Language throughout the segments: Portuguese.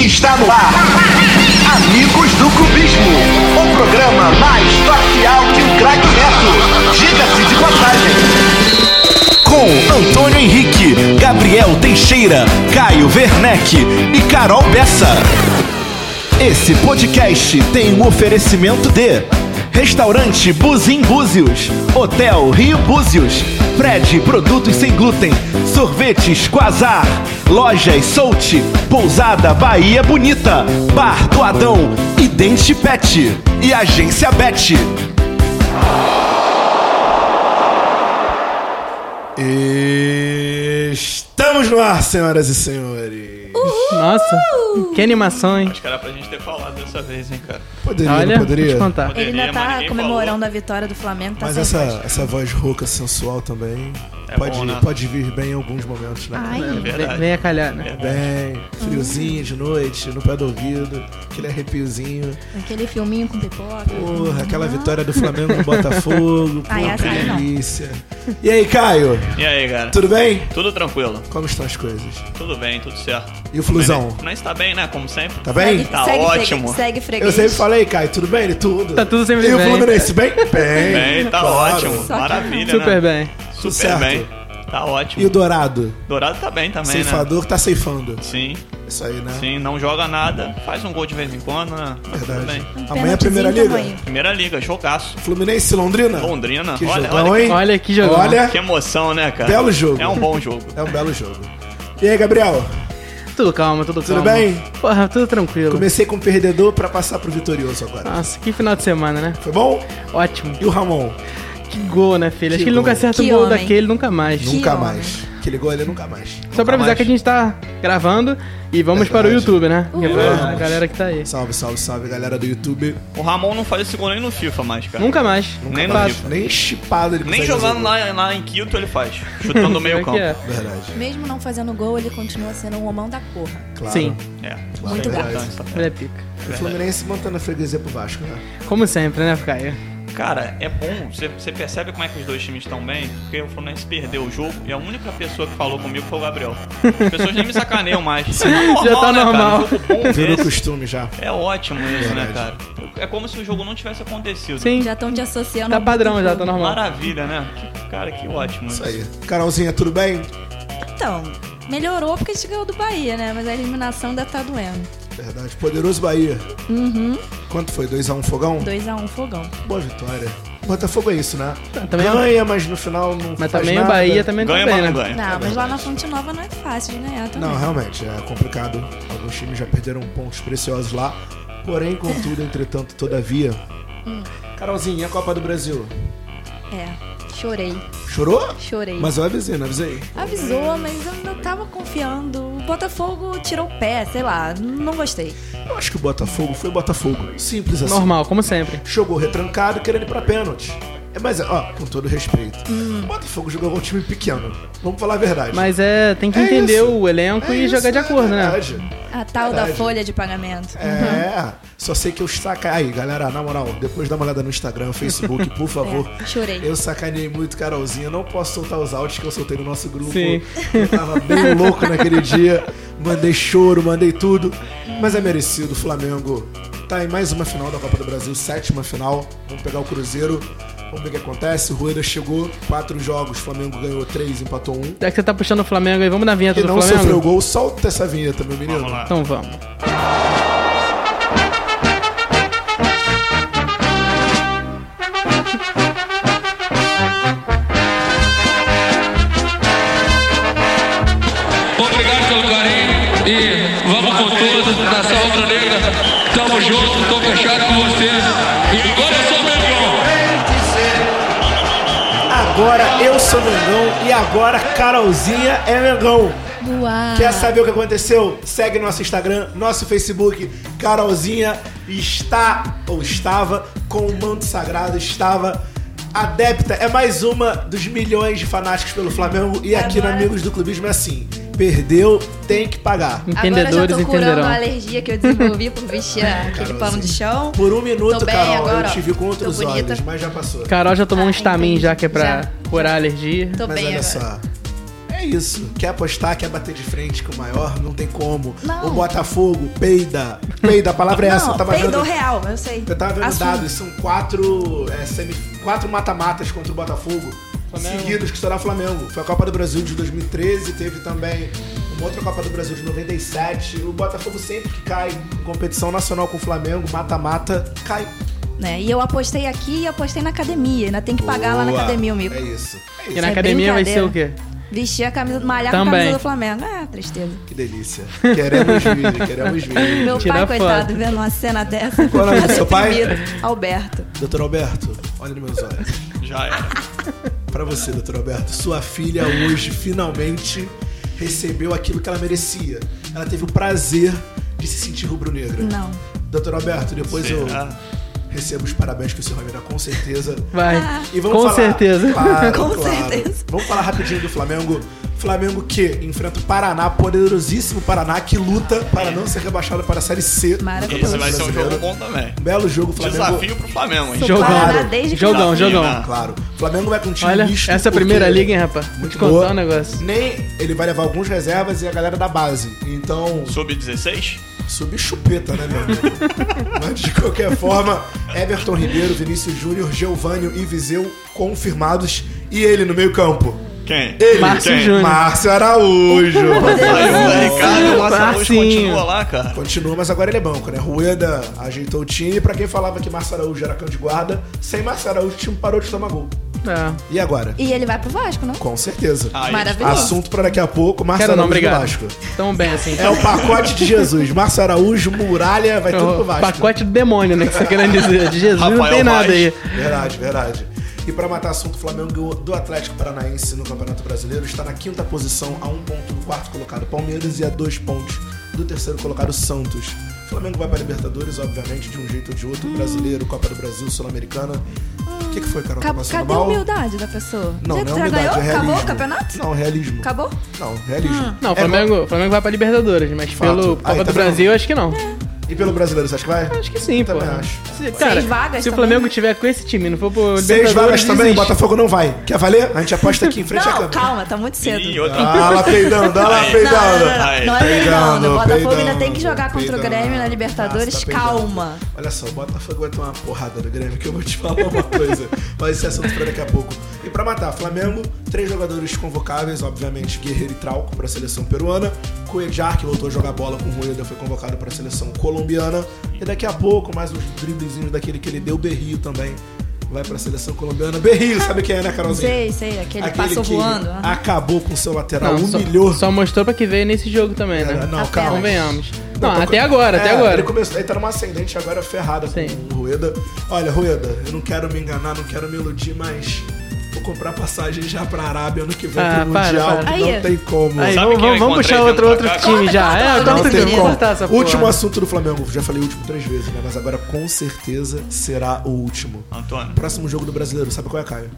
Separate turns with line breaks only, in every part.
Está no ar. Amigos do Cubismo. O programa mais parcial que o craque Neto. Diga-se de passagem.
Com Antônio Henrique, Gabriel Teixeira, Caio Werneck e Carol Bessa. Esse podcast tem um oferecimento de Restaurante Buzim Búzios, Hotel Rio Búzios, Fred Produtos Sem Glúten, Sorvetes Quasar, Lojas Solte, Pousada Bahia Bonita, Bar do Adão, Idente Pet e Agência Bet.
Estamos no ar, senhoras e senhores.
Uhul. Nossa, que animação, hein?
Acho que era pra gente ter falado dessa vez, hein, cara.
Poderia,
Olha,
não poderia.
vou te contar.
Poderia,
Ele ainda
é, mas
tá
ninguém
comemorando
falou.
a vitória do Flamengo, tá
Mas
sem
essa,
voz.
essa voz rouca, sensual também,
É
pode,
bom, né?
pode vir bem em alguns momentos,
Ah.
né?
Ai,
Verdade.
Venha calhar, né?
Bem, friozinho de noite, no pé do ouvido, aquele arrepiozinho.
aquele filminho com pipoca.
Porra,
Ah.
aquela vitória do Flamengo no Botafogo. Porra,
Ai, essa
que
aí não.
delícia. E aí, Caio?
E aí, cara?
Tudo bem?
Tudo tranquilo,
Como estão as coisas?
tudo bem, tudo certo.
E o Flusão?
Mas tá bem, né? Como sempre.
Tá bem?
Segue-
Tá
segue
ótimo.
freguês, Segue freguês.
Eu sempre falei, Caio, tudo bem? Ele tudo.
Tá tudo sempre
e E
bem.
o Fluminense, bem? Bem.
Bem, tá
claro.
ótimo.
Só que
Maravilha,
Super
né?
bem.
Super
certo.
bem. Tá
E
ótimo.
o Dourado?
Dourado tá bem também, né?
Ceifador que tá ceifando.
Sim,
Isso aí, né?
sim, não joga nada, faz um gol de vez em quando, né? Mas tudo
Verdade.
bem.
Amanhã é a primeira liga?
Tamanho.
Primeira liga, jogaço.
Fluminense e Londrina?
Londrina,
Que
olha,
jogão,
olha
hein?
Olha que jogão.
Olha,
que, que emoção, né, cara?
É. Belo jogo.
É um bom jogo.
é um belo jogo. E aí, Gabriel?
Tudo calma, tudo,
Tudo
calma.
bem?
Porra, tudo tranquilo.
Comecei com o perdedor pra passar pro vitorioso agora.
Nossa, que final de semana, né?
Foi bom?
Ótimo.
E o Ramon?
Que gol, né, filho? Acho que ele
gol.
nunca acerta um
Que
gol
homem.
daquele, nunca mais.
Que
nunca
homem.
mais. Que ligou ele nunca mais.
Só pra avisar
mais.
que a gente tá gravando e vamos para o
Verdade.
YouTube, né? Que é pra
Uhul.
a galera que tá aí.
Salve, salve, salve, galera do YouTube.
O Ramon não faz esse gol nem no FIFA mais, cara.
Nunca mais.
Nem no
Faço.
FIFA.
Nem chipado ele
Nem
consegue fazer
jogando
gol.
lá, lá em Quito ele faz. Chutando no meio
Pior
campo.
que é.
Verdade,
Mesmo não fazendo gol, ele continua sendo um homão da porra.
claro.
Sim,
É,
Muito
isso é
bom.
importante. tá?
ele é pica.
O Fluminense mantendo a freguesia pro Vasco, né?
Como sempre, né, Caio?
Cara, é bom. Você, você percebe como é que os dois times estão bem? Porque o Fluminense perdeu o jogo e a única pessoa que falou comigo foi o Gabriel. As pessoas nem me sacaneiam mais. Isso é
Já tá
né,
normal.
Cara? Um jogo bom
Virou
desse.
costume já.
É ótimo isso, né, cara?
Verdade.
É como se o jogo não tivesse acontecido.
Sim,
Já estão te associando.
tá
ao
padrão, já tá
Botafogo.
normal.
Maravilha, né? Que- cara, que ótimo.
Isso aí. Carolzinha, tudo bem?
Então, melhorou porque a gente ganhou do Bahia, né? Mas a eliminação ainda tá doendo.
Verdade. Poderoso Bahia.
Uhum.
Quanto foi? 2x1 fogão?
2x1 fogão.
Boa vitória. Botafogo é isso, né?
também- um-
Ganha, mas no final não
Mas
faz
também o
nada.
Bahia também
Ganha,
tá
mas
bem,
não
né?
ganha.
Não, mas lá na Fonte Nova não é fácil de ganhar também.
É, Não, realmente, é complicado. Alguns times já perderam pontos preciosos lá. Porém, contudo, entretanto, todavia.
Hum.
Carolzinha, e a Copa do Brasil?
É, chorei,
Chorou?
chorei.
Mas eu avisei, não avisei.
Avisou, mas eu não tava confiando. O Botafogo tirou o pé, sei lá, não gostei.
Eu acho que o Botafogo foi Botafogo. Simples assim.
Normal, como sempre.
Jogou retrancado querendo ir pra pênalti. É, mas, ó, com todo respeito. O Botafogo jogou com um time pequeno. Vamos falar a verdade.
Hum. Mas é, tem que
É
entender
isso.
o elenco
É
e
isso,
jogar de
é
acordo, né?
verdade.
A tal
Verdade.
da folha de pagamento.
É, só sei que eu saca. Aí, galera, na moral, depois dá uma olhada no Instagram, Facebook, por favor.
É, chorei.
Eu sacaneei muito, Carolzinha. Não posso soltar os áudios que eu soltei no nosso grupo.
Sim.
Eu tava bem louco naquele dia. Mandei choro, mandei tudo. Mas é merecido, o Flamengo. Tá em mais uma final da Copa do Brasil, sétima final. Vamos pegar o Cruzeiro. Vamos ver o que acontece. O Rueda chegou, quatro jogos. O Flamengo ganhou três, empatou um.
Já que você tá puxando o Flamengo aí, vamos na vinheta
E
do
não
Flamengo?
sofreu gol. Solta essa vinheta, meu menino.
Vamos lá.
Então vamos.
Obrigado pelo carinho e vamos com tudo. Nação Alvinegra, tamo junto, tô fechado com você. E agora eu sou Mengão.
Agora eu sou Mengão e agora Carolzinha é Mengão.
Uau.
Quer saber o que aconteceu? Segue nosso Instagram, nosso Facebook. Carolzinha está ou estava com o manto sagrado, estava adepta. É mais uma dos milhões de fanáticos pelo Flamengo e aqui no
Agora-
Amigos do Clubismo é assim. Perdeu, tem que pagar.
Agora eu
Entendedores
já tô curando
entenderão.
a alergia que eu desenvolvi por vestir aquele pano de chão.
Por um minuto,
Tô bem
Carol,
agora,
eu
ó.
te vi com outros
Tô bonita.
olhos, mas já passou.
Carol já tomou
Ah,
um estamin
entendi.
já, que é pra
Já.
curar a alergia.
Tô
Mas
bem
olha
agora.
só. É É isso. Quer apostar, quer bater de frente com o maior, não tem como.
Não.
O Botafogo, peida. Peida, a palavra é essa.
Não,
eu tava
peidou
vendo-
real, eu sei.
Eu tava vendo
Assunto.
dados, são quatro, é, semi, quatro mata-matas contra o Botafogo seguidos que estouraram o Flamengo. Foi a Copa do Brasil de 2013, teve também uma outra Copa do Brasil de 97. O Botafogo sempre que cai em competição nacional com o Flamengo, mata-mata, cai.
Né? E eu apostei aqui e apostei na academia. Ainda tem que pagar lá na
Boa.
academia o mico.
É isso. É
E
isso.
na
é
academia vai ser o quê?
brincadeira. Vestir a camisa, malhar com a
Também.
camisa do Flamengo. Ah, tristeza.
Que delícia. Queremos vídeo, queremos vídeo.
Meu
Tira
pai,
a
coitado,
foto.
vendo uma cena dessa.
Qual é o nome do seu pai?
deprimido. Alberto.
Doutor Alberto, olha nos meus olhos.
Já é. era.
Pra você, doutor Alberto, sua filha hoje finalmente recebeu aquilo que ela merecia. Ela teve o prazer de se sentir rubro-negra.
Não.
Doutor Alberto, depois
Será?
eu recebo os parabéns que o senhor vai me dar, com certeza.
Vai.
Ah.
E
Com
vamos falar-
certeza.
Claro,
Com
claro.
certeza.
Vamos falar rapidinho do Flamengo. Flamengo que enfrenta o Paraná, poderosíssimo Paraná, que luta
É.
para não ser rebaixado para a Série C.
Maravilhoso.
Esse vai ser um jogo bom também.
Belo jogo, Flamengo.
Desafio pro Flamengo, hein?
Sou
Jogão.
Paraná desde que
Jogão,
nasci,
jogão.
né?
Claro. Flamengo vai com um time
Olha,
misto,
essa é a primeira
porque-
liga, hein, rapaz? Vou te
Muito
contar
boa.
um negócio.
Nem ele vai levar alguns reservas e a galera da base. Então,
Sub-16?
subir chupeta, né, meu amigo? Mas de qualquer forma, Everton Ribeiro, Vinícius Júnior, Geovânio e Viseu confirmados. E ele no meio-campo.
Quem?
Ele,
Márcio
Quem?
Júnior.
Márcio Araújo.
Aí o Ricardo, o Márcio Araújo
Marcinho.
continua lá, cara.
Continua, mas agora ele é banco, né? Rueda ajeitou o time. E pra quem falava que Márcio Araújo era cão de guarda, sem Márcio Araújo o time parou de tomar gol.
Tá.
E agora?
E ele vai pro Vasco, não?
Com certeza.
Ah,
Aí,
Maravilhoso.
Assunto pra daqui a pouco, Márcio
Quero não,
Araújo do
obrigado.
Vasco.
Tão bem assim.
É o pacote de Jesus. Márcio Araújo, Muralha, vai tudo pro
o
Vasco.
pacote do demônio, né? Que você tá querendo dizer. De Jesus não
Rafael
tem nada
Vaz.
aí.
Verdade, verdade. E pra matar assunto, o Flamengo ganhou do Atlético Paranaense no Campeonato Brasileiro está na quinta posição, a um ponto do quarto colocado Palmeiras e a dois pontos do terceiro colocado Santos. O Flamengo vai pra Libertadores, obviamente, de um jeito ou de outro.
Hum.
Brasileiro, Copa do Brasil, Sul-Americana. O que, que foi, Carol? Tá
Ca-
passando
cadê a
mal?
humildade da pessoa?
Não,
Já,
não é
já ganhou?
humildade, é realismo.
Acabou o campeonato?
Não, realismo.
Acabou?
Não, realismo.
Hum. Não, o
É,
Flamengo, o Flamengo vai pra Libertadores, mas
Fato.
pelo
Aí,
Copa
tá
do
vendo?
Brasil, eu acho que não.
E pelo brasileiro, você acha que vai?
Acho que sim, pô.
Também acho.
Se, cara,
vagas
se o
também,
Flamengo
né?
tiver com esse time, não for pro
Seis
Libertadores,
vagas também,
desiste.
Botafogo não vai. Quer valer? A gente aposta aqui em frente à
Não,
câmera.
calma, tá muito cedo.
E outra.
Dá lá peidando, dá lá
Aí.
Não, não, não,
peidando.
não,
Aí,
não é peidando.
Peidando,
O Botafogo
peidando,
ainda tem que jogar contra o
peidando.
Grêmio na Libertadores.
Nossa, tá peidando.
Calma.
Olha só, o Botafogo vai tomar uma porrada do Grêmio que eu vou te falar uma coisa. Mas esse é assunto pra daqui a pouco. E pra matar, Flamengo, três jogadores convocáveis, obviamente Guerreiro e Trauco pra seleção peruana. Cuejar, que voltou a jogar bola com o Rueda, foi convocado pra seleção colombiana. E daqui a pouco, mais uns driblezinhos daquele que ele deu, Berrio também. Vai pra seleção colombiana. Berrio, sabe quem é, né, Carolzinha?
Sei, sei, aquele,
Aquele
passou
que
voando. Ah,
Acabou com seu lateral,
Não, só-
humilhou.
Só, mostrou pra que veio nesse jogo também, né?
Era- não,
Apenas.
calma.
Convenhamos. Não,
tô-
até agora, até
É, Ele,
agora.
começou, ele tá numa ascendente agora ferrada
Sim.
com o Rueda. Olha, Rueda, eu não quero me enganar, não quero me iludir, mas vou comprar passagem já pra Arábia ano que vem
Ah,
pro
para,
Mundial,
para.
que não
Aí.
tem como.
Aí, vamos,
Sabe quem eu
vamos, vamos
encontrei
puxar outro,
vindo
outro
pra cá?
time já.
Corta,
É,
corta,
Não
agora
tem
tem
corta,
que
beleza.
como.
cortar essa porra.
Último assunto do Flamengo, já falei último três vezes, né? Mas agora com certeza será o último.
Antônio,
Próximo jogo do brasileiro, sabe qual é, Caio?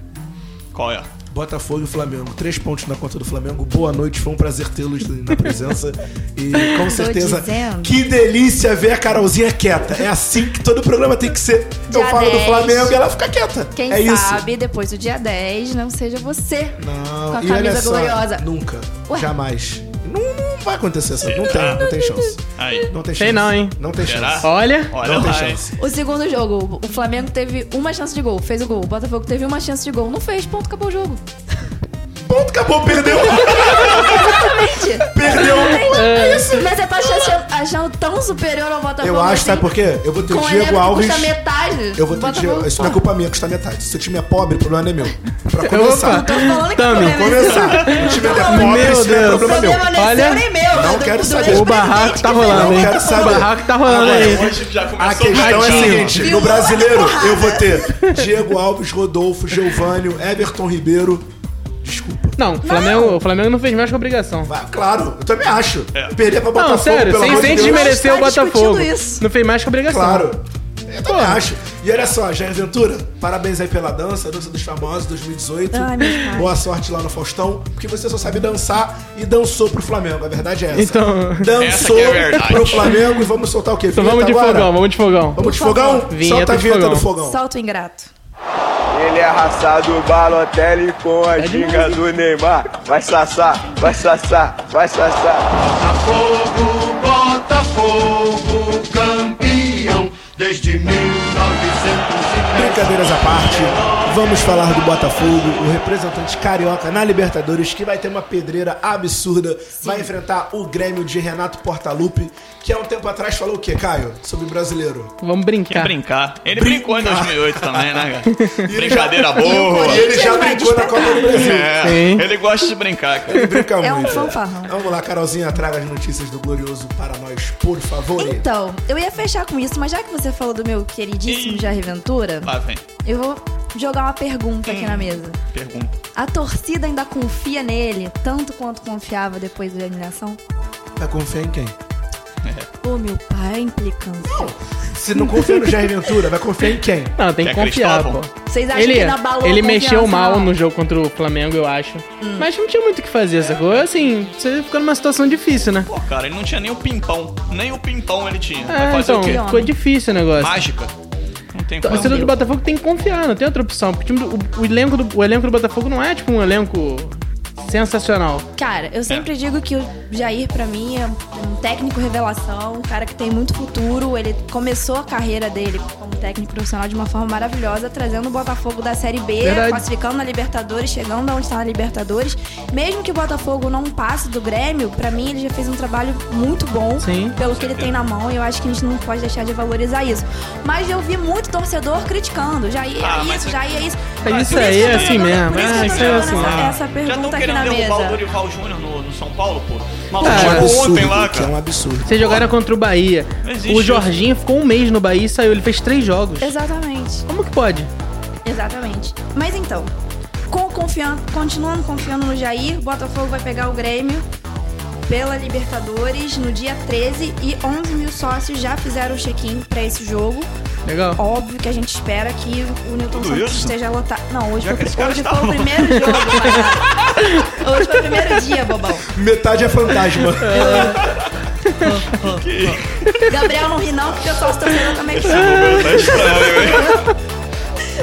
qual é?
Botafogo e Flamengo. Três pontos na conta do Flamengo. Boa noite, foi um prazer tê-los na presença. E com certeza.
dizendo.
Que delícia ver a Carolzinha quieta. É assim que todo programa tem que ser. Eu
Dia
falo do
10.
Flamengo e ela fica quieta.
Quem
é isso.
sabe depois do dia 10 não seja você
Não,
com a
e olha
camisa
só,
gloriosa.
Nunca.
Ué.
Jamais. Não, não vai acontecer isso. Não tem, não tem chance.
Aí.
Não tem chance.
Sei não, hein?
Não tem
Será?
chance.
Olha,
Olha
Não tem
lá, hein?
chance.
O segundo jogo, o Flamengo teve uma chance de gol, fez o gol. O Botafogo teve uma chance de gol, não fez, ponto, acabou o jogo.
Ponto, acabou, perdeu.
Exatamente!
perdeu.
Mas você tá se achando, achando tão superior ao Botafogo.
Eu acho,
assim,
sabe por quê? Eu vou ter
Com
o
um
Diego
elenco
Alves.
que custa metade.
Eu vou ter
Botafogo,
Diego. Isso não é
pô.
culpa minha, custa metade. Se o time é pobre, o problema não é meu. Pra
Opa,
começar.
Tô falando que
Tami,
o problema é seu.
começar. O time é
Meu
pobre,
Deus.
isso não é problema meu.
Problema nem
Olha,
seu, nem meu.
não
do-
quero
do
saber.
ex-presidente
o barraco
que
tá
fez
rolando,
Não
hein?
quero
O
saber.
barraco tá rolando
Agora,
aí.
Hoje já
A
começou
questão é a
gatinho.
seguinte: no
Viu?
brasileiro eu vou ter Diego Alves, Rodolfo, Geovânio, Everton Ribeiro. Desculpa.
Não, o Flamengo, o Flamengo não fez mais que obrigação.
Vai, claro, eu também acho.
É.
Perder pra Botafogo,
não, sério,
pelo
sem,
amor de
sem
Deus.
desmerecer o
Nós tá
Botafogo.
discutindo isso.
Não fez mais que obrigação.
Claro. Eu também acho. E olha só, Jair Ventura, parabéns aí pela dança, dança dos famosos 2018.
Ai, meu pai.
Boa sorte lá no Faustão, porque você só sabe dançar e dançou pro Flamengo. A verdade é essa.
Então-
Essa
dançou
que é a verdade.
pro Flamengo e vamos soltar o quê?
Então
Vinheta
vamos de
agora?
fogão, vamos de fogão.
Vamos de fogão?
Vinheta
Solta a
de
vinheta
fogão.
do fogão.
Solta o ingrato.
Ele é arrasado o Balotelli com a giga do Neymar. Vai sassar, vai sassar, vai sassar.
Brincadeiras à parte, vamos falar do Botafogo, o representante carioca na Libertadores, que vai ter uma pedreira absurda. Vai enfrentar o Grêmio de Renato Portaluppi, que há um tempo atrás falou o quê, Caio? Sobre brasileiro.
Vamos
Quer
brincar.
é brincar? Ele
Brincar.
brincou em 2008 também, né, cara? Brincadeira boa.
E ele já brincou na Copa do Brasil.
É,
Sim.
ele gosta de brincar, cara.
Brinca
É um
muito.
fanfarrão.
Vamos lá, Carolzinha, traga as notícias do Glorioso para nós, por favor.
Então, eu ia fechar com isso, mas já que você falou do meu queridíssimo
Ih.
Jair Ventura,
Lá vem,
eu vou jogar uma pergunta aqui na mesa.
pergunta.
A torcida ainda confia nele, tanto quanto confiava depois da eliminação?
Tá confia em quem?
Ô, meu pai, a implicância.
Se não confia no Jair Ventura, vai confiar em quem?
Não, tem que
Quer
confiar, pô.
Cristóvão?
Vocês acham
Ele,
que ainda balou
ele
a confiança, Hum.
mexeu mal
não?
no jogo contra o Flamengo, eu acho. Mas não tinha muito o que fazer, sacou?
É.
Assim, você ficou numa situação difícil, né?
Pô, cara, ele não tinha nem o pimpão. Nem o pimpão ele tinha. Vai
É,
fazer
então, Tá
o quê?
ficou difícil o negócio.
Mágica? Não tem
O
como.
torcedor do Botafogo tem que confiar, não tem outra opção. Porque o, time do- o- o elenco do, o elenco do Botafogo não é, tipo, um elenco sensacional.
Cara, eu sempre digo que o Jair, pra mim, é um técnico revelação, um cara que tem muito futuro. Ele começou a carreira dele como técnico profissional de uma forma maravilhosa, trazendo o Botafogo da Série B,
Verdade.
classificando na Libertadores, chegando onde está na Libertadores. Mesmo que o Botafogo não passe do Grêmio, pra mim ele já fez um trabalho muito bom
Sim.
pelo que ele tem na mão e eu acho que a gente não pode deixar de valorizar isso. Mas eu vi muito torcedor criticando. Jair
Ah,
é
mas
isso,
é-
Jair é isso.
Mas isso
Por
aí
que eu
é
tô
assim
jogando-
mesmo.
por isso que eu
Ah,
tô
isso aí é
jogando
assim.
essa-
Ah.
Essa
Já estão
pergunta aqui
querendo
na
derrubar o
mesa.
Dorival Júnior no, no São Paulo, pô.
Ah,
É um
Maluco chegou
absurdo,
ontem lá,
que é um
cara.
absurdo.
Vocês jogaram contra o Bahia.
Não existe
O
isso.
Jorginho ficou um mês no Bahia e saiu. Ele fez três jogos.
Exatamente.
Como que pode?
Exatamente. Mas então, com confian- continuando confiando no Jair, Botafogo vai pegar o Grêmio pela Libertadores no dia 13 e 11 mil sócios já fizeram o check-in pra esse jogo.
Legal.
Óbvio que a gente espera que o Newton
Tudo
Santos
isso?
esteja lotado. Não, hoje,
Já
foi,
que esse cara
hoje
está
foi o
louco.
primeiro jogo. Maiara. hoje foi o primeiro dia, bobão.
Metade é fantasma.
Gabriel não ri não, porque o sócio torcedor também fica.
Tá estranho, hein?